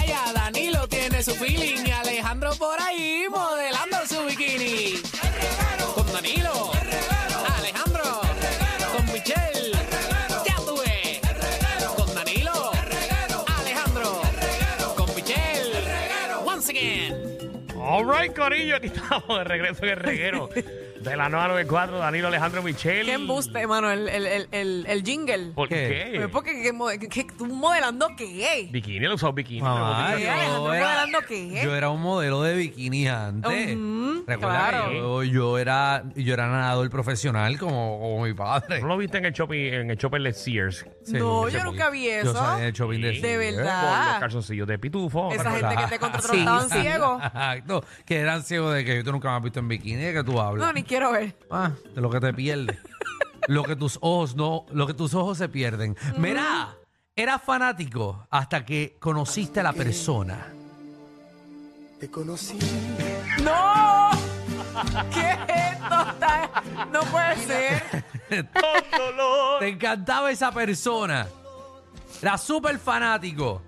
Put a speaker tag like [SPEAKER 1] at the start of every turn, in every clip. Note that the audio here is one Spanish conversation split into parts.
[SPEAKER 1] Mira, Danilo tiene su feeling y Alejandro por ahí modelando su bikini. Con Danilo, Alejandro, con Michelle, ya tuve. Con Danilo, Alejandro, con Michelle, once again.
[SPEAKER 2] All right, Corillo, aquí estamos de regreso en el reguero de la 994, Danilo Alejandro Michel.
[SPEAKER 3] Qué embuste, mano, el, el, el, el, el jingle.
[SPEAKER 2] ¿Por qué?
[SPEAKER 3] Pues porque que, mo- que- que tú modelando qué.
[SPEAKER 2] Bikini, él usó bikini.
[SPEAKER 4] Mamá,
[SPEAKER 2] pero-
[SPEAKER 3] ¿qué? Alejandro Regalando, ¿qué?
[SPEAKER 4] yo era un modelo de bikini antes.
[SPEAKER 3] Ujú,
[SPEAKER 4] Recuerda
[SPEAKER 3] claro.
[SPEAKER 4] que yo, yo era, yo era nadador profesional como, como mi padre.
[SPEAKER 2] ¿No lo viste en el shopping, en el shopper de Sears?
[SPEAKER 4] Sí,
[SPEAKER 3] no,
[SPEAKER 4] ese
[SPEAKER 3] yo nunca vi
[SPEAKER 4] poquito.
[SPEAKER 3] eso.
[SPEAKER 4] Yo salí del shopping
[SPEAKER 2] Sí.
[SPEAKER 3] De
[SPEAKER 4] Sears.
[SPEAKER 3] verdad.
[SPEAKER 2] Con los calzoncillos de pitufo.
[SPEAKER 3] Esa
[SPEAKER 2] ¿recuerdas?
[SPEAKER 3] gente que te contrató estaban
[SPEAKER 4] Sí.
[SPEAKER 3] ciegos.
[SPEAKER 4] Exacto. Que eran ciegos de que yo tú nunca me has visto en bikini, de que tú hablas.
[SPEAKER 3] No, ni quiero ver.
[SPEAKER 4] Ah, de lo que te pierdes. lo que tus ojos no, lo que tus ojos se pierden. Mira, era fanático hasta que conociste a la persona.
[SPEAKER 5] Te conocí
[SPEAKER 3] ¡No! ¿Qué es esto? Está- No puede ser.
[SPEAKER 2] Con dolor.
[SPEAKER 4] Te encantaba esa persona. Era súper fanático.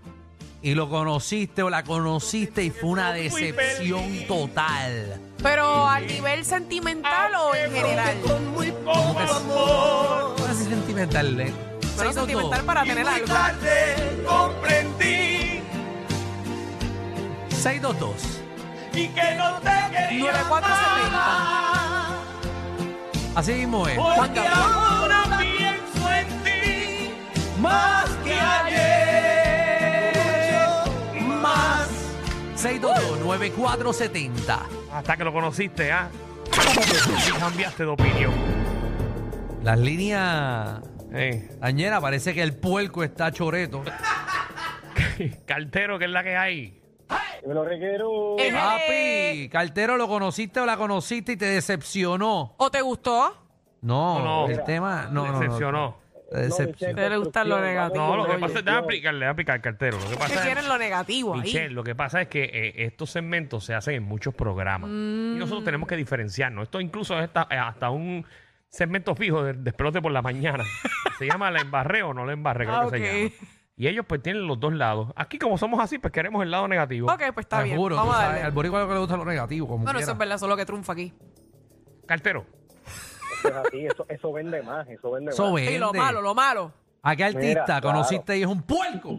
[SPEAKER 4] Y lo conociste o la conociste y fue una decepción total.
[SPEAKER 3] Pero a nivel sentimental o en general.
[SPEAKER 5] con muy poco amor.
[SPEAKER 4] Una sentimental, ¿eh?
[SPEAKER 3] Bueno,
[SPEAKER 4] Se hizo
[SPEAKER 3] sentimental
[SPEAKER 4] todo.
[SPEAKER 3] para
[SPEAKER 5] Y
[SPEAKER 3] tener
[SPEAKER 5] muy
[SPEAKER 3] algo.
[SPEAKER 5] tarde comprendí
[SPEAKER 4] 622.
[SPEAKER 5] y que no te quería
[SPEAKER 3] 9470.
[SPEAKER 5] más.
[SPEAKER 4] Así mismo es.
[SPEAKER 5] Porque ahora pienso en ti más que ayer. Más.
[SPEAKER 4] 622-9470.
[SPEAKER 2] Hasta que lo conociste, ¿ah? Y cambiaste de opinión.
[SPEAKER 4] Las líneas.
[SPEAKER 2] Eh,
[SPEAKER 4] Dañera, parece que el puerco está choreto.
[SPEAKER 2] Cartero, que es la que hay. Eh.
[SPEAKER 3] Eh.
[SPEAKER 4] Papi, cartero, ¿lo conociste o la conociste y te decepcionó?
[SPEAKER 3] ¿O te gustó?
[SPEAKER 4] No,
[SPEAKER 2] No, no.
[SPEAKER 4] el tema. No, no, no.
[SPEAKER 2] Decepcionó.
[SPEAKER 4] Te decepcionó.
[SPEAKER 3] Te le gustan lo negativo.
[SPEAKER 2] No, lo que pasa es, déjame explicarle, déjame explicar, Cartero. Lo que
[SPEAKER 3] ¿Qué
[SPEAKER 2] pasa es...
[SPEAKER 3] quieren lo negativo ahí?
[SPEAKER 2] Michelle, lo que pasa es que eh, estos segmentos se hacen en muchos programas y nosotros
[SPEAKER 3] Mm.
[SPEAKER 2] tenemos que diferenciarnos. Esto incluso es hasta, eh, hasta un segmento fijo de despelote por la mañana. se llama la embarré o no la embarré, creo
[SPEAKER 3] Ah,
[SPEAKER 2] que se
[SPEAKER 3] ok.
[SPEAKER 2] llama. Y ellos pues tienen los dos lados. Aquí como somos así, pues queremos el lado negativo.
[SPEAKER 3] Ok, pues está
[SPEAKER 4] Te
[SPEAKER 3] bien.
[SPEAKER 4] juro,
[SPEAKER 3] Vamos a
[SPEAKER 4] tú sabes,
[SPEAKER 3] darle.
[SPEAKER 4] al boricua lo que le gusta es lo negativo. Como
[SPEAKER 3] Bueno, eso
[SPEAKER 4] quiera.
[SPEAKER 3] es verdad, eso es lo que triunfa aquí.
[SPEAKER 2] Cartero,
[SPEAKER 6] Pues así, eso, eso vende más, eso vende
[SPEAKER 4] Eso
[SPEAKER 6] más.
[SPEAKER 4] vende.
[SPEAKER 3] Y lo malo, lo malo.
[SPEAKER 4] ¿A qué artista
[SPEAKER 6] Mira,
[SPEAKER 4] conociste y es un puerco?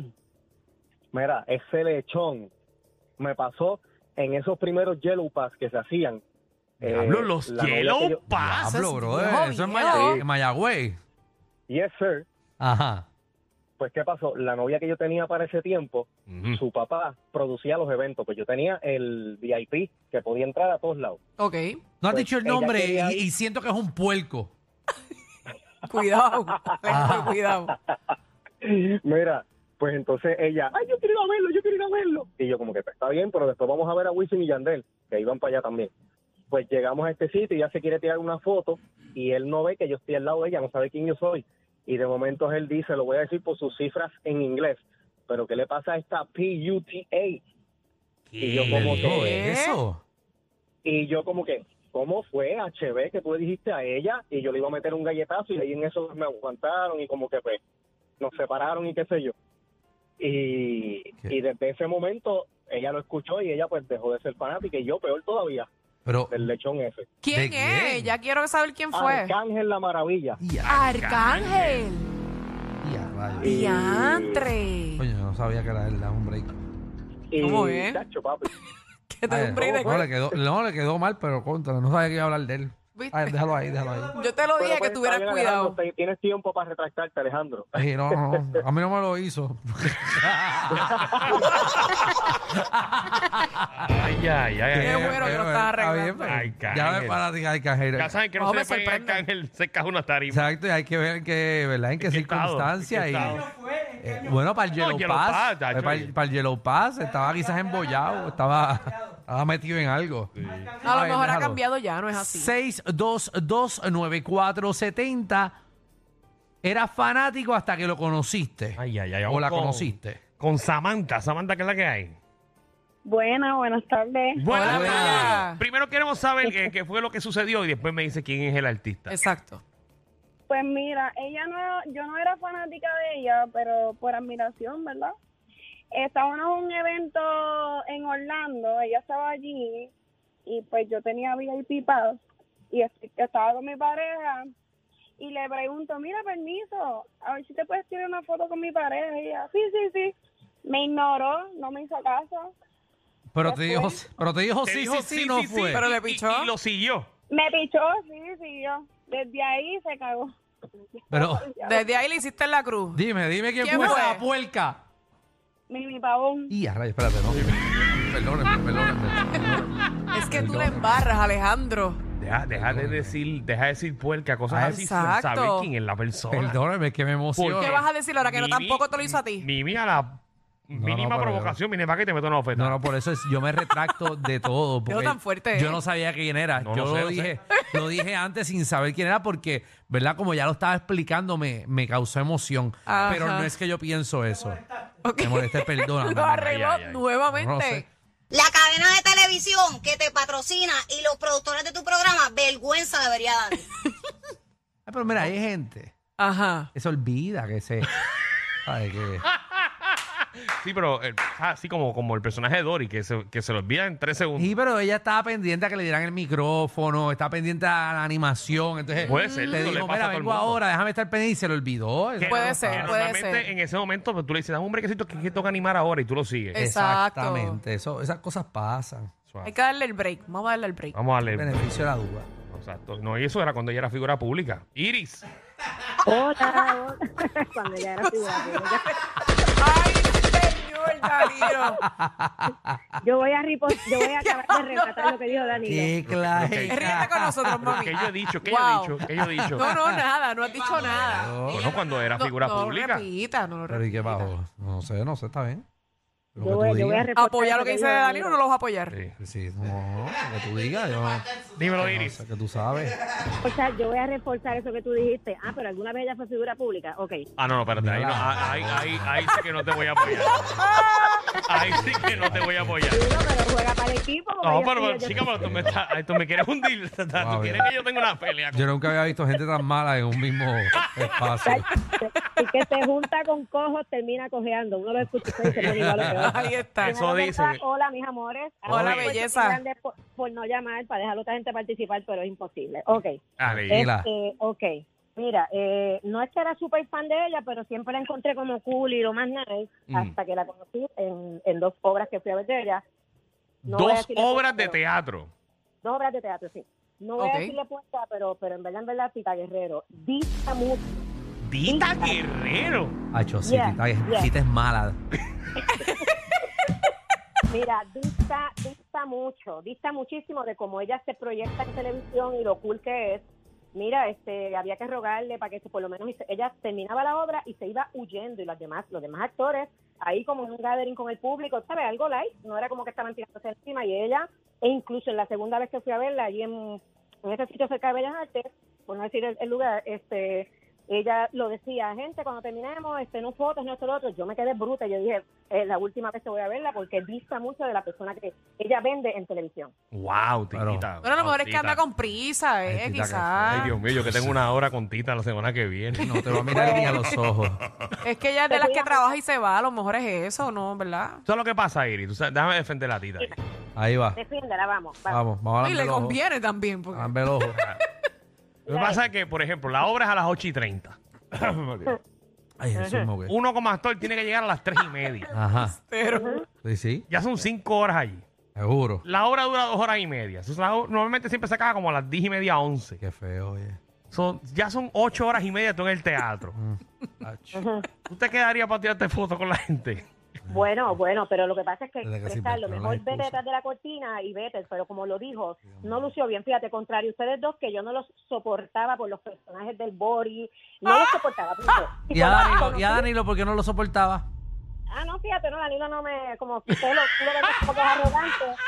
[SPEAKER 6] Mira, ese lechón me pasó en esos primeros Yellow Pass que se hacían. Eh,
[SPEAKER 2] diablo, los
[SPEAKER 6] la novia que
[SPEAKER 2] Yellow
[SPEAKER 6] yo-
[SPEAKER 2] Pass.
[SPEAKER 4] Hablo,
[SPEAKER 3] Ah, es
[SPEAKER 4] brother.
[SPEAKER 3] viejo,
[SPEAKER 4] Eso es
[SPEAKER 3] viejo.
[SPEAKER 4] Maya- en Mayagüey.
[SPEAKER 6] Yes, sir.
[SPEAKER 4] Ajá.
[SPEAKER 6] Pues, ¿qué pasó? La novia que yo tenía para ese tiempo,
[SPEAKER 2] Ujú.
[SPEAKER 6] su papá producía los eventos. Pues yo tenía el VIP que podía entrar a todos lados.
[SPEAKER 3] Ok,
[SPEAKER 4] No has
[SPEAKER 6] Pues
[SPEAKER 4] dicho el
[SPEAKER 6] ella
[SPEAKER 4] nombre
[SPEAKER 6] quería
[SPEAKER 4] y,
[SPEAKER 6] ir-
[SPEAKER 4] y siento que es un puerco.
[SPEAKER 3] cuidado,
[SPEAKER 2] Ah.
[SPEAKER 3] Alejandro, cuidado.
[SPEAKER 6] Mira, pues entonces ella, ay, yo quiero ir a verlo, yo quiero ir a verlo. Y yo como que "Pues, está bien, pero después vamos a ver a Wilson y Yandel, que iban para allá también. Pues llegamos a este sitio y ya se quiere tirar una foto y él no ve que yo estoy al lado de ella, no sabe quién yo soy. Y de momento él dice, lo voy a decir por sus cifras en inglés, pero ¿qué le pasa a esta PUTA? Y yo como
[SPEAKER 4] Le digo,
[SPEAKER 6] que,
[SPEAKER 4] eso?
[SPEAKER 6] y yo como que, ¿cómo fue HB que tú le dijiste a ella? Y yo le iba a meter un galletazo y ahí en eso me aguantaron y como que pues nos separaron y qué sé yo. Y,
[SPEAKER 4] ¿Qué?
[SPEAKER 6] y desde ese momento ella lo escuchó y ella pues dejó de ser fanática y yo peor todavía
[SPEAKER 4] Pero.
[SPEAKER 6] del lechón ese.
[SPEAKER 3] ¿Quién
[SPEAKER 4] ¿De quién?
[SPEAKER 3] es? Ya quiero saber quién fue.
[SPEAKER 6] Arcángel la maravilla.
[SPEAKER 4] Ya,
[SPEAKER 3] Arcángel.
[SPEAKER 4] ya, rayos.
[SPEAKER 6] Y-
[SPEAKER 3] Diantre.
[SPEAKER 4] Coño, no sabía que era él, dame un break.
[SPEAKER 6] Y,
[SPEAKER 3] ¿Cómo es?
[SPEAKER 6] chacho, papi,
[SPEAKER 3] Que te dé
[SPEAKER 2] eh,
[SPEAKER 3] Este
[SPEAKER 4] Ay,
[SPEAKER 3] un break
[SPEAKER 2] oh,
[SPEAKER 3] de-
[SPEAKER 4] no, le quedó, no, le quedó mal, pero contra, no sabía que iba a hablar de él.
[SPEAKER 3] ¿Viste?
[SPEAKER 4] Ay, déjalo ahí, déjalo ahí.
[SPEAKER 3] Yo te lo
[SPEAKER 6] Pero,
[SPEAKER 3] dije que
[SPEAKER 6] pues,
[SPEAKER 3] tuvieras
[SPEAKER 6] está bien,
[SPEAKER 3] cuidado.
[SPEAKER 6] Alejandro, te- Tienes tiempo para retractarte, Alejandro.
[SPEAKER 4] Ay, no, no, no, a mí no me lo hizo.
[SPEAKER 2] Ay, ay, ay, ay.
[SPEAKER 3] Qué
[SPEAKER 2] ay.
[SPEAKER 3] bueno que lo
[SPEAKER 4] Pero,
[SPEAKER 3] estás
[SPEAKER 4] está
[SPEAKER 3] arreglando.
[SPEAKER 4] bien, pero
[SPEAKER 2] Ay,
[SPEAKER 4] Ya
[SPEAKER 2] Cángel.
[SPEAKER 4] me para de cajero.
[SPEAKER 2] Ya saben que no
[SPEAKER 3] No,
[SPEAKER 2] se
[SPEAKER 3] me
[SPEAKER 2] le peguen
[SPEAKER 3] sorprende.
[SPEAKER 2] Arcángel cerca de una tarima.
[SPEAKER 4] Exacto, y hay que ver en qué, ¿verdad? En qué,
[SPEAKER 2] qué estado?
[SPEAKER 4] circunstancia.
[SPEAKER 2] ¿En qué
[SPEAKER 4] y-
[SPEAKER 2] estado?
[SPEAKER 4] Eh, bueno, para el Yellow
[SPEAKER 2] Yellow
[SPEAKER 4] Pass,
[SPEAKER 2] Pass,
[SPEAKER 4] eh,
[SPEAKER 2] tacho,
[SPEAKER 4] para,
[SPEAKER 2] y-
[SPEAKER 4] el, para el Yellow Pass, estaba quizás embollado, estaba, estaba metido en algo.
[SPEAKER 3] A lo mejor ha cambiado ya,
[SPEAKER 4] Pues
[SPEAKER 3] no es así.
[SPEAKER 4] 6229470 Era fanático hasta que lo conociste.
[SPEAKER 2] Ay, ay, ay.
[SPEAKER 4] o
[SPEAKER 2] vamos
[SPEAKER 4] la
[SPEAKER 2] con-
[SPEAKER 4] conociste.
[SPEAKER 2] Con Samantha. Samantha, que es la que hay.
[SPEAKER 7] Buenas, buenas tardes.
[SPEAKER 2] Buenas
[SPEAKER 3] Hola.
[SPEAKER 2] tardes. Ah, Primero queremos saber eh, qué fue lo que sucedió y después me dice quién es el artista.
[SPEAKER 3] Exacto.
[SPEAKER 7] Pues mira, ella no, yo no era fanática de ella, pero por admiración, ¿verdad? estábamos en un evento en Orlando, ella estaba allí y pues yo tenía VIP pass y estoy- estaba con mi pareja y le pregunto, mira, permiso, a ver si te puedes tirar una foto con mi pareja. Y ella, sí, sí, sí. Me ignoró, no me hizo caso.
[SPEAKER 4] Pero te dijo, pero te dijo
[SPEAKER 2] Te
[SPEAKER 4] sí,
[SPEAKER 2] dijo
[SPEAKER 4] sí, sí, no fue.
[SPEAKER 3] Pero
[SPEAKER 2] y-
[SPEAKER 3] le
[SPEAKER 2] y-
[SPEAKER 3] pichó.
[SPEAKER 2] Y, lo siguió.
[SPEAKER 7] Me pichó, sí, sí, yo. Desde ahí se cagó.
[SPEAKER 4] Pero
[SPEAKER 3] Desde ahí le hiciste la cruz.
[SPEAKER 4] dime, dime quién,
[SPEAKER 3] ¿Quién
[SPEAKER 4] fue
[SPEAKER 3] fue?
[SPEAKER 4] esa puerca.
[SPEAKER 7] Mi, mi pavón.
[SPEAKER 4] Y a rayos, espérate, no. Perdóneme, perdóneme.
[SPEAKER 3] Es que tú le embarras, Alejandro.
[SPEAKER 2] Deja, deja de decir, deja de decir puerca, cosas
[SPEAKER 4] Ah,
[SPEAKER 2] así
[SPEAKER 3] exacto.
[SPEAKER 2] sin saber quién es la persona.
[SPEAKER 4] Perdóneme, que me emociono.
[SPEAKER 3] ¿Qué vas a decir ahora que no
[SPEAKER 2] Mimi-
[SPEAKER 3] tampoco te lo hizo a ti?
[SPEAKER 2] Mimi a la mínima
[SPEAKER 4] pero-
[SPEAKER 2] provocación, mire, para que te meto una ofensa.
[SPEAKER 4] No, no, por eso es, yo me retracto de todo. porque
[SPEAKER 3] tan fuerte,
[SPEAKER 4] Yo
[SPEAKER 3] ¿eh?
[SPEAKER 4] no sabía quién era.
[SPEAKER 2] No,
[SPEAKER 4] yo
[SPEAKER 2] lo
[SPEAKER 4] lo,
[SPEAKER 2] sé, lo
[SPEAKER 4] dije, lo dije antes sin saber quién era porque, ¿verdad? Como ya lo estaba explicando, me, me causó emoción.
[SPEAKER 3] Ajá.
[SPEAKER 4] Pero no es que yo pienso eso.
[SPEAKER 3] Ok.
[SPEAKER 4] Me molesté, perdóname.
[SPEAKER 3] Lo arregló
[SPEAKER 2] Ay, ay, ay.
[SPEAKER 3] nuevamente.
[SPEAKER 4] No sé.
[SPEAKER 8] La cadena de televisión que te patrocina y los productores de tu programa, vergüenza debería dar.
[SPEAKER 4] Ay, Ah, pero mira, hay gente
[SPEAKER 3] Ajá.
[SPEAKER 4] que se olvida que se... Ay, que...
[SPEAKER 2] Sí, pero eh, así como, como el personaje de Dory, que se, que se lo olvida en tres segundos.
[SPEAKER 4] Sí, pero ella estaba pendiente a que le dieran el micrófono, está pendiente a la animación. Entonces,
[SPEAKER 2] Puede ser,
[SPEAKER 4] te
[SPEAKER 2] eso le
[SPEAKER 4] dijo,
[SPEAKER 2] pasa a
[SPEAKER 4] mira,
[SPEAKER 2] todo el
[SPEAKER 4] vengo
[SPEAKER 2] mundo".
[SPEAKER 4] ahora, déjame estar pendiente y se le olvidó.
[SPEAKER 2] Que
[SPEAKER 3] Puede
[SPEAKER 2] no-
[SPEAKER 3] ser,
[SPEAKER 2] que
[SPEAKER 3] puede
[SPEAKER 2] normalmente
[SPEAKER 3] ser.
[SPEAKER 2] en ese momento pues, tú le dices, dame un brequecito que, que toca animar ahora y tú lo sigues.
[SPEAKER 3] Eh. Exacto.
[SPEAKER 4] Exactamente, eso, esas cosas pasan.
[SPEAKER 2] Suave.
[SPEAKER 3] Hay que darle el break. Vamos a darle el break.
[SPEAKER 2] Vamos a leer.
[SPEAKER 4] Beneficio de la duda.
[SPEAKER 2] Exacto. No, y eso era cuando ella era figura pública. Iris.
[SPEAKER 7] Hola. Cuando ya era figura pública.
[SPEAKER 3] ¡Ay, señor Danilo!
[SPEAKER 7] Yo voy a, ripo- yo voy a acabar de retratar lo que dijo Danilo.
[SPEAKER 4] Qué
[SPEAKER 2] que-
[SPEAKER 3] Ríete con nosotros,
[SPEAKER 2] Pero
[SPEAKER 3] mami.
[SPEAKER 2] que yo he dicho, que
[SPEAKER 3] Wow.
[SPEAKER 2] yo he dicho, que yo he dicho.
[SPEAKER 3] No, no, nada. No has dicho nada.
[SPEAKER 2] Bueno, cuando era
[SPEAKER 3] No,
[SPEAKER 2] figura
[SPEAKER 3] no lo
[SPEAKER 2] pública.
[SPEAKER 3] repita, no lo
[SPEAKER 4] Pero ¿y qué
[SPEAKER 3] repita.
[SPEAKER 4] bajo? No sé, no sé, está bien. Lo que
[SPEAKER 7] Yo
[SPEAKER 4] tú
[SPEAKER 7] voy, yo voy a
[SPEAKER 4] digas.
[SPEAKER 7] reportar
[SPEAKER 3] ¿Apoyar lo que dice
[SPEAKER 7] dijo
[SPEAKER 3] Danilo o no lo vas a apoyar?
[SPEAKER 2] Sí.
[SPEAKER 4] Sí, no, no, lo que tú digas. Yo,
[SPEAKER 2] Dímelo,
[SPEAKER 4] no
[SPEAKER 2] Iris.
[SPEAKER 4] sé que tú sabes.
[SPEAKER 7] O sea, yo voy a reforzar eso que tú dijiste. Ah, pero alguna vez ella fue figura pública. Ok.
[SPEAKER 2] Ah, no, no, espérate. Ahí, no, ah, ahí, ahí, ahí sí que no te voy a apoyar. Ahí sí que no te voy a apoyar.
[SPEAKER 7] No, pero juega para el equipo. porque
[SPEAKER 2] No,
[SPEAKER 7] yo
[SPEAKER 2] pero,
[SPEAKER 7] fui-
[SPEAKER 2] pero,
[SPEAKER 7] yo-
[SPEAKER 2] chica, pero tú me, estás- ay, tú me quieres hundir. Tú
[SPEAKER 4] Wow,
[SPEAKER 2] quieres
[SPEAKER 4] ya.
[SPEAKER 2] que yo tenga una pelea. con-
[SPEAKER 4] Yo nunca había visto gente tan mala en un mismo espacio.
[SPEAKER 7] El que se junta con cojos termina cojeando. Uno lo escucha y se pone igual o peor.
[SPEAKER 3] Ahí está.
[SPEAKER 2] Eso
[SPEAKER 7] Déjalo
[SPEAKER 2] dicen.
[SPEAKER 7] cantar. Hola, mis amores.
[SPEAKER 2] Hola,
[SPEAKER 7] Ahora, pues,
[SPEAKER 3] belleza.
[SPEAKER 7] estoy grande Por, por no llamar, para dejar a otra gente participar, pero es imposible. Ok.
[SPEAKER 2] Dale.
[SPEAKER 3] Eh,
[SPEAKER 4] Tranquila.
[SPEAKER 7] Este, ok. Mira, eh, no es que era súper fan de ella, pero siempre la encontré como cool y lo más nice
[SPEAKER 2] Mm.
[SPEAKER 7] hasta que la conocí en, en dos obras que fui a ver de ella. No voy a
[SPEAKER 2] Dos
[SPEAKER 7] decirle
[SPEAKER 2] obras
[SPEAKER 7] cuál,
[SPEAKER 2] de
[SPEAKER 7] pero-
[SPEAKER 2] teatro.
[SPEAKER 7] Dos obras de teatro, sí. No voy
[SPEAKER 3] Ok.
[SPEAKER 7] a decirle puesta, pero, pero en verdad, en verdad, Tita Guerrero dista mucho.
[SPEAKER 2] Dita Guerrero.
[SPEAKER 4] Hacho, sí,
[SPEAKER 7] Yeah,
[SPEAKER 4] Tita,
[SPEAKER 7] yeah.
[SPEAKER 4] Tita es mala.
[SPEAKER 7] Mira, dista, dista mucho, dista muchísimo de cómo ella se proyecta en televisión y lo cool que es. Mira, este, había que rogarle para que se- por lo menos ella terminaba la obra y se iba huyendo y los demás, los demás actores ahí como en un gathering con el público, ¿sabes? Algo light, no era como que estaban tirándose encima y ella, e incluso en la segunda vez que fui a verla allí en, en ese sitio cerca de Bellas Artes, por no decir el, el lugar, este, ella lo decía, gente, cuando terminemos, este, no fotos, no esto, lo otro. Yo me quedé bruta, yo dije, es la última vez que voy a verla porque dista mucho de la persona que ella vende en televisión.
[SPEAKER 2] Wow,
[SPEAKER 4] Claro.
[SPEAKER 2] Tita.
[SPEAKER 3] Bueno, a lo mejor es que
[SPEAKER 2] Tita.
[SPEAKER 3] anda con Ah. prisa, ¿eh?
[SPEAKER 4] Ay, tita,
[SPEAKER 2] Ay,
[SPEAKER 3] Quizás.
[SPEAKER 2] Dios mío, yo que tengo una hora con Tita la semana que viene.
[SPEAKER 4] No te va a mirar ni a los ojos.
[SPEAKER 3] Es que ella es de las que trabaja y se va. A lo mejor es eso, ¿no? ¿Verdad?
[SPEAKER 2] ¿Sabes lo que pasa, Iris? Tú sabes- déjame defender a Tita. ahí.
[SPEAKER 4] Ahí va.
[SPEAKER 7] Defiéndela, vamos. vamos.
[SPEAKER 4] Vamos,
[SPEAKER 2] Ah,
[SPEAKER 4] vamos a
[SPEAKER 3] Y
[SPEAKER 4] darle
[SPEAKER 3] le
[SPEAKER 4] el ojo.
[SPEAKER 3] conviene también. porque-
[SPEAKER 4] Dame el ojo.
[SPEAKER 2] Lo que pasa es que, por ejemplo, la obra es a las 8 y 30.
[SPEAKER 4] Ay, Jesús, me voy.
[SPEAKER 2] Uno como actor tiene que llegar a las 3 y media.
[SPEAKER 4] Ajá.
[SPEAKER 3] Pero,
[SPEAKER 4] Sí, sí,
[SPEAKER 2] Ya son 5 horas allí.
[SPEAKER 4] seguro.
[SPEAKER 2] La obra dura 2 horas y media. Eso es la o- normalmente siempre se acaba como a las 10 y media, 11.
[SPEAKER 4] Qué feo, oye.
[SPEAKER 2] Son- ya son 8 horas y media tú en el teatro.
[SPEAKER 4] Hacho.
[SPEAKER 2] ¿Tú te quedarías para tirarte fotos con la gente?
[SPEAKER 7] Bueno, bueno, pero lo que pasa es que
[SPEAKER 4] Desde que se
[SPEAKER 7] Cristal, lo
[SPEAKER 4] inventaron
[SPEAKER 7] mejor
[SPEAKER 4] las
[SPEAKER 7] vete
[SPEAKER 4] excusas.
[SPEAKER 7] detrás de la cortina y vete, pero como lo dijo, no lució bien. Fíjate, contrario a ustedes dos, que yo no los soportaba por los personajes del Bori, no los soportaba. punto.
[SPEAKER 4] Y a Danilo,
[SPEAKER 7] conocí-
[SPEAKER 4] y a Danilo porque no lo soportaba.
[SPEAKER 7] Ah, no, fíjate, no, Danilo no me, como que ustedes lo, tú lo ven como arrogante.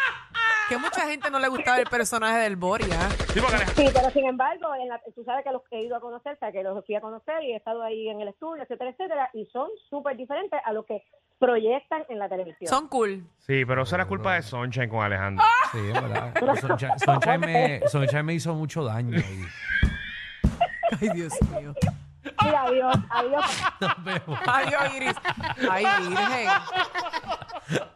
[SPEAKER 3] que mucha gente no le gustaba el personaje del Boria.
[SPEAKER 2] Sí, porque Alej-
[SPEAKER 7] Sí, pero sin embargo, en la- tú sabes que los que he ido a conocer, o sea, que los fui a conocer y he estado ahí en el estudio, etcétera, etcétera, y son súper diferentes a lo que proyectan en la televisión.
[SPEAKER 3] Son cool.
[SPEAKER 2] Sí, pero eso era culpa de Sunshine con Alejandro.
[SPEAKER 4] Sí, es verdad. Sunshine- Sunshine me, Sunshine me hizo mucho daño. y-
[SPEAKER 3] Ay, Dios mío.
[SPEAKER 7] Sí, adiós, adiós.
[SPEAKER 4] Nos vemos.
[SPEAKER 3] Adiós, Iris. Ay, Virgen.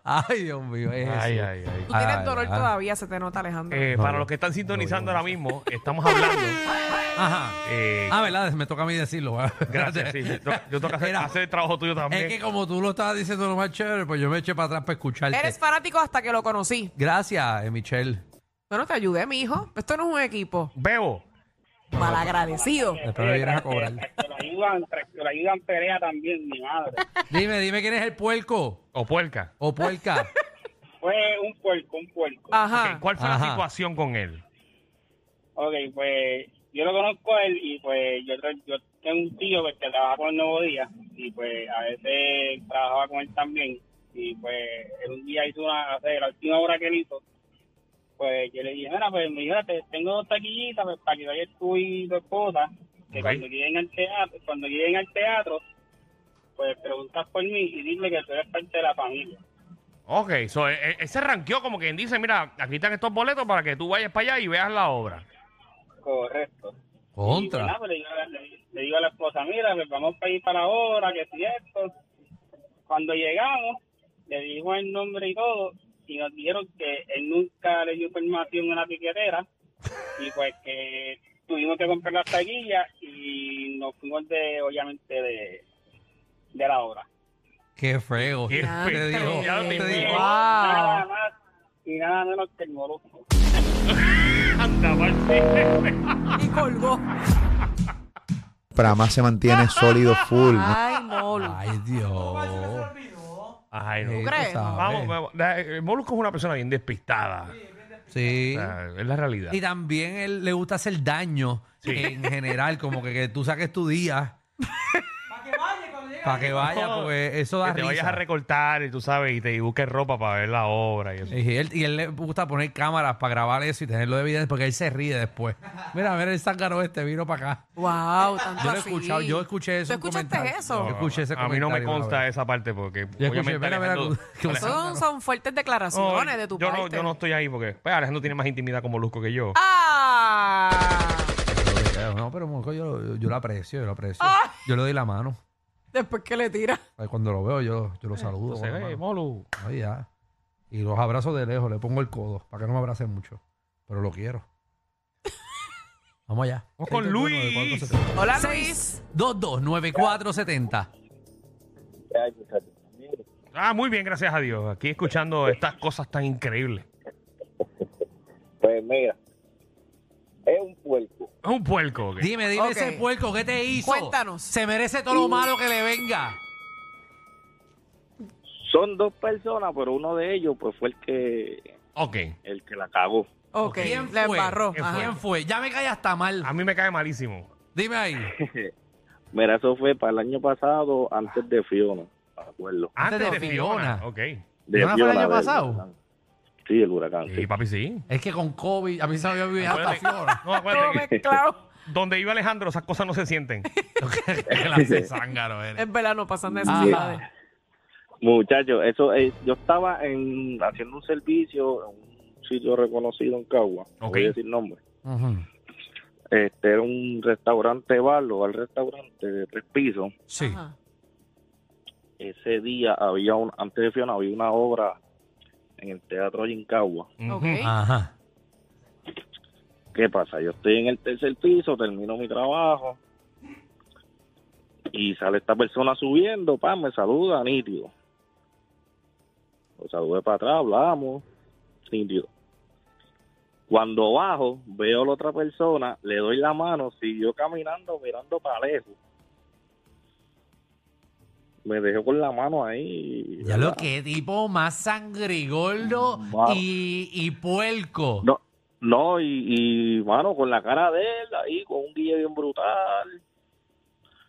[SPEAKER 4] Ay, Dios mío. es
[SPEAKER 2] Ay,
[SPEAKER 4] Jesús.
[SPEAKER 2] ay, ay.
[SPEAKER 3] Tú tienes
[SPEAKER 4] Ay,
[SPEAKER 3] dolor
[SPEAKER 4] ay.
[SPEAKER 3] todavía, se te nota, Alejandro.
[SPEAKER 2] Eh,
[SPEAKER 4] No,
[SPEAKER 2] para
[SPEAKER 4] no.
[SPEAKER 2] los que están sintonizando
[SPEAKER 4] No, no,
[SPEAKER 2] ahora mismo, estamos hablando.
[SPEAKER 4] Ajá.
[SPEAKER 2] eh,
[SPEAKER 4] Ah, ¿verdad? Me toca a mí decirlo. ¿verdad?
[SPEAKER 2] gracias, sí. Yo, yo tengo que hacer,
[SPEAKER 4] Mira,
[SPEAKER 2] hacer el trabajo tuyo también.
[SPEAKER 4] Es que como tú lo estabas diciendo lo más chévere, pues yo me eché para atrás para
[SPEAKER 2] Este-
[SPEAKER 4] escucharte.
[SPEAKER 3] Eres fanático hasta que lo conocí.
[SPEAKER 4] Gracias, eh, Michelle.
[SPEAKER 3] Yo no te ayudé, mi hijo. Esto no es un equipo.
[SPEAKER 2] Bebo.
[SPEAKER 3] Malagradecido.
[SPEAKER 4] Después me vienes a cobrar.
[SPEAKER 6] que lo ayudan, que lo ayudan pelea también, mi madre.
[SPEAKER 4] Dime, dime quién es el puerco
[SPEAKER 2] O puerca.
[SPEAKER 4] o puerca.
[SPEAKER 6] Fue un puerco, un puerco.
[SPEAKER 3] Ajá.
[SPEAKER 2] Ok, ¿Cuál fue la
[SPEAKER 4] Ajá.
[SPEAKER 2] situación con él?
[SPEAKER 6] Ok, pues yo lo conozco a él y pues yo, tra- yo tengo un tío pues, que trabaja con el Nuevo Día y pues a veces trabajaba con él también y pues él un día hizo una, hace la última obra que él hizo, pues yo le dije, mira, pues mira, te tengo dos taquillitas pues, para que vayas tú y tu esposa, que
[SPEAKER 2] Ok.
[SPEAKER 6] cuando lleguen al teatro, cuando lleguen al teatro, pues preguntas por mí y dile que tú eres parte de la familia.
[SPEAKER 2] Ok, so, eh, eh, él se ranqueó como quien dice, mira, aquí están estos boletos para que tú vayas para allá y veas la obra.
[SPEAKER 6] Correcto. Y, pues,
[SPEAKER 4] Contra.
[SPEAKER 6] nada, pues, le, digo, a la- le- le digo a la esposa, mira, pues vamos para ir para la obra, que si esto. Cuando llegamos, le dijo el nombre y todo, y nos dijeron que él nunca le dio información a la piquetera, y pues que tuvimos que comprar las taquillas y nos fuimos de, obviamente, de, de la obra.
[SPEAKER 4] Qué feo.
[SPEAKER 2] Qué
[SPEAKER 4] Ya te
[SPEAKER 2] feo.
[SPEAKER 4] digo,
[SPEAKER 2] Ya
[SPEAKER 4] te
[SPEAKER 2] te
[SPEAKER 4] digo.
[SPEAKER 2] digo.
[SPEAKER 6] Pues, Nada más y nada menos que el molusco.
[SPEAKER 2] Anda, Marcelo.
[SPEAKER 3] Y colgó.
[SPEAKER 5] Prama se mantiene sólido full.
[SPEAKER 3] Ay, mol.
[SPEAKER 4] Ay, Dios.
[SPEAKER 2] Ay,
[SPEAKER 4] Eh,
[SPEAKER 2] no.
[SPEAKER 4] tú
[SPEAKER 3] crees?
[SPEAKER 4] sabes.
[SPEAKER 2] Vamos, vamos. La- eh, Molusco es una persona bien despistada. O
[SPEAKER 4] Sí.
[SPEAKER 2] sea, es la realidad.
[SPEAKER 4] Y también él le gusta hacer daño
[SPEAKER 2] Sí.
[SPEAKER 4] en general, como que, que tú saques tu día. Para que vaya, porque eso da
[SPEAKER 2] que te vayas
[SPEAKER 4] risa.
[SPEAKER 2] a recortar y tú sabes, y te y busques ropa para ver la obra y eso.
[SPEAKER 4] Y él, y él le gusta poner cámaras para grabar eso y tenerlo de evidencia porque él se ríe después. Mira, mira el zángano este vino para acá.
[SPEAKER 3] Wow, tanto
[SPEAKER 4] Yo lo he
[SPEAKER 3] así.
[SPEAKER 4] escuchado, yo escuché eso.
[SPEAKER 3] Ah, ¿Tú
[SPEAKER 4] en
[SPEAKER 3] escuchaste
[SPEAKER 4] comentario.
[SPEAKER 3] eso?
[SPEAKER 4] Yo escuché ese
[SPEAKER 2] a mí no me
[SPEAKER 4] comentario una
[SPEAKER 2] consta
[SPEAKER 4] vez.
[SPEAKER 2] esa parte porque
[SPEAKER 4] Yo escuché, mira, mira, que- que-
[SPEAKER 3] Son, son fuertes
[SPEAKER 2] No,
[SPEAKER 3] declaraciones de tu
[SPEAKER 2] yo
[SPEAKER 3] parte.
[SPEAKER 2] No, yo no estoy ahí porque pues, Alejandro tiene más intimidad con Molusco que yo.
[SPEAKER 3] Ah.
[SPEAKER 4] No, pero Molusco, yo, yo lo aprecio, yo lo aprecio.
[SPEAKER 3] Ah.
[SPEAKER 4] Yo le doy la mano.
[SPEAKER 3] Después que le tira.
[SPEAKER 4] Ay, Cuando lo veo, yo,
[SPEAKER 3] Ah.
[SPEAKER 4] yo lo saludo.
[SPEAKER 2] Entonces,
[SPEAKER 4] con la
[SPEAKER 2] eh,
[SPEAKER 4] mano.
[SPEAKER 2] Molu.
[SPEAKER 4] Ay, ya. Y los abrazo de lejos, le pongo el codo para que no me abrace mucho. Pero lo quiero. Vamos allá.
[SPEAKER 2] Vamos con
[SPEAKER 4] 629-9470.
[SPEAKER 3] Hola, Luis.
[SPEAKER 4] 229470.
[SPEAKER 2] Ah, muy bien, gracias a Dios. Aquí escuchando estas cosas tan increíbles.
[SPEAKER 9] Pues mira, es un puerco.
[SPEAKER 2] Es un puerco. ¿ok?
[SPEAKER 4] Dime, dime
[SPEAKER 3] Ok.
[SPEAKER 4] ese puerco, ¿qué te hizo?
[SPEAKER 3] Cuéntanos.
[SPEAKER 4] Se merece todo lo malo que le venga.
[SPEAKER 6] Son dos personas, pero uno de ellos pues fue el que,
[SPEAKER 2] Ok.
[SPEAKER 6] el que la cagó.
[SPEAKER 3] Ok,
[SPEAKER 4] ¿Quién
[SPEAKER 3] le
[SPEAKER 4] fue?
[SPEAKER 3] embarró.
[SPEAKER 2] ¿Quién
[SPEAKER 3] Ajá.
[SPEAKER 4] ¿Quién fue? Ya me cae hasta
[SPEAKER 2] A
[SPEAKER 4] mal.
[SPEAKER 2] mí me cae malísimo.
[SPEAKER 4] Dime ahí.
[SPEAKER 6] Mira, eso fue para el año pasado, antes de Fiona, me acuerdo.
[SPEAKER 2] Antes,
[SPEAKER 4] Antes
[SPEAKER 2] de
[SPEAKER 4] de
[SPEAKER 2] Fiona.
[SPEAKER 4] Fiona.
[SPEAKER 2] Ok.
[SPEAKER 6] De
[SPEAKER 4] ¿Fiona fue el año
[SPEAKER 6] del
[SPEAKER 4] pasado?
[SPEAKER 6] huracán. Sí, el huracán.
[SPEAKER 2] Sí,
[SPEAKER 6] sí.
[SPEAKER 2] papi, sí.
[SPEAKER 4] Es que con COVID, a mí se me había olvidado hasta
[SPEAKER 2] Acuérdate-
[SPEAKER 4] Fiona.
[SPEAKER 2] No,
[SPEAKER 3] Todo
[SPEAKER 2] acuérdate que
[SPEAKER 3] mezclado.
[SPEAKER 2] donde iba Alejandro, esas cosas no se sienten.
[SPEAKER 4] Que la hace zángano eres.
[SPEAKER 3] En verano pasan de
[SPEAKER 4] Ah.
[SPEAKER 3] ciudades.
[SPEAKER 6] Muchachos, eso es- yo estaba en haciendo un servicio en un sitio reconocido en Cagua, no
[SPEAKER 2] Ok.
[SPEAKER 6] voy a decir nombre.
[SPEAKER 4] Ujú.
[SPEAKER 6] Este era un restaurante bar, o al restaurante de tres pisos.
[SPEAKER 4] Sí.
[SPEAKER 3] Ajá.
[SPEAKER 6] Ese día había un antes de Fiona había una obra en el teatro allí en Cagua.
[SPEAKER 3] Ok.
[SPEAKER 2] Ujú.
[SPEAKER 4] Ajá.
[SPEAKER 6] ¿Qué pasa? Yo estoy en el tercer piso, termino mi trabajo y sale esta persona subiendo, pa, me saluda, nítido. Lo saludé para atrás, hablamos, nítido. Cuando bajo, veo a la otra persona, le doy la mano, siguió caminando, mirando para lejos. Me dejó con la mano ahí.
[SPEAKER 4] Ya lo
[SPEAKER 6] ¿verdad?
[SPEAKER 4] que tipo más sangrigoldo
[SPEAKER 6] Wow.
[SPEAKER 4] y, y puerco.
[SPEAKER 6] No, no y, y, mano, con la cara de él ahí, con un guille bien brutal.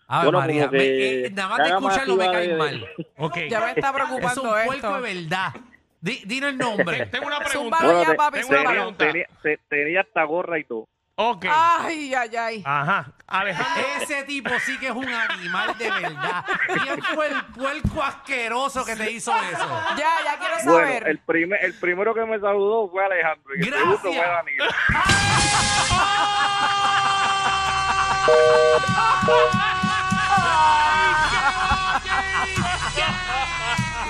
[SPEAKER 4] A ver,
[SPEAKER 6] Bueno,
[SPEAKER 4] Ah, María,
[SPEAKER 6] como
[SPEAKER 4] me-
[SPEAKER 6] que
[SPEAKER 4] eh, nada más de
[SPEAKER 6] haga más
[SPEAKER 4] escucharlo me
[SPEAKER 6] actividad
[SPEAKER 4] cae
[SPEAKER 6] de-
[SPEAKER 4] mal.
[SPEAKER 2] Ok.
[SPEAKER 3] Ya me está
[SPEAKER 4] Es un
[SPEAKER 3] preocupando
[SPEAKER 4] puerco
[SPEAKER 3] esto.
[SPEAKER 4] de verdad. Di- Dino el nombre.
[SPEAKER 2] Tengo una
[SPEAKER 3] Zúmbalo.
[SPEAKER 2] pregunta.
[SPEAKER 3] Vaya,
[SPEAKER 6] te-
[SPEAKER 3] papi,
[SPEAKER 6] tenía-
[SPEAKER 2] zúmbalo.
[SPEAKER 6] tenía, te- tenía hasta gorra y todo.
[SPEAKER 2] Ok.
[SPEAKER 3] Ah. Ay, ay, ay.
[SPEAKER 4] Ah.
[SPEAKER 2] Ajá. Alejandro.
[SPEAKER 4] Ese tipo sí que es un animal de verdad. ¿Quién fue el puerco asqueroso que te hizo eso?
[SPEAKER 3] Ya, ya quiero
[SPEAKER 6] Bueno,
[SPEAKER 3] saber.
[SPEAKER 6] el, primer, el primero que me saludó fue Alejandro. Y el segundo fue
[SPEAKER 4] Gracias.
[SPEAKER 6] Danilo.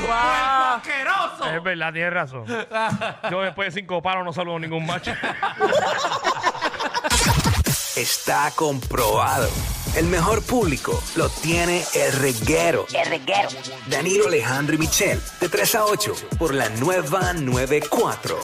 [SPEAKER 10] Guau.
[SPEAKER 4] asqueroso!
[SPEAKER 2] Es verdad, tienes razón. Yo después de cinco palos no saludo a ningún macho.
[SPEAKER 8] Está comprobado. El mejor público lo tiene el reguero. El reguero. Danilo Alejandro y Michel, de 3 a 8, por la nueva 94.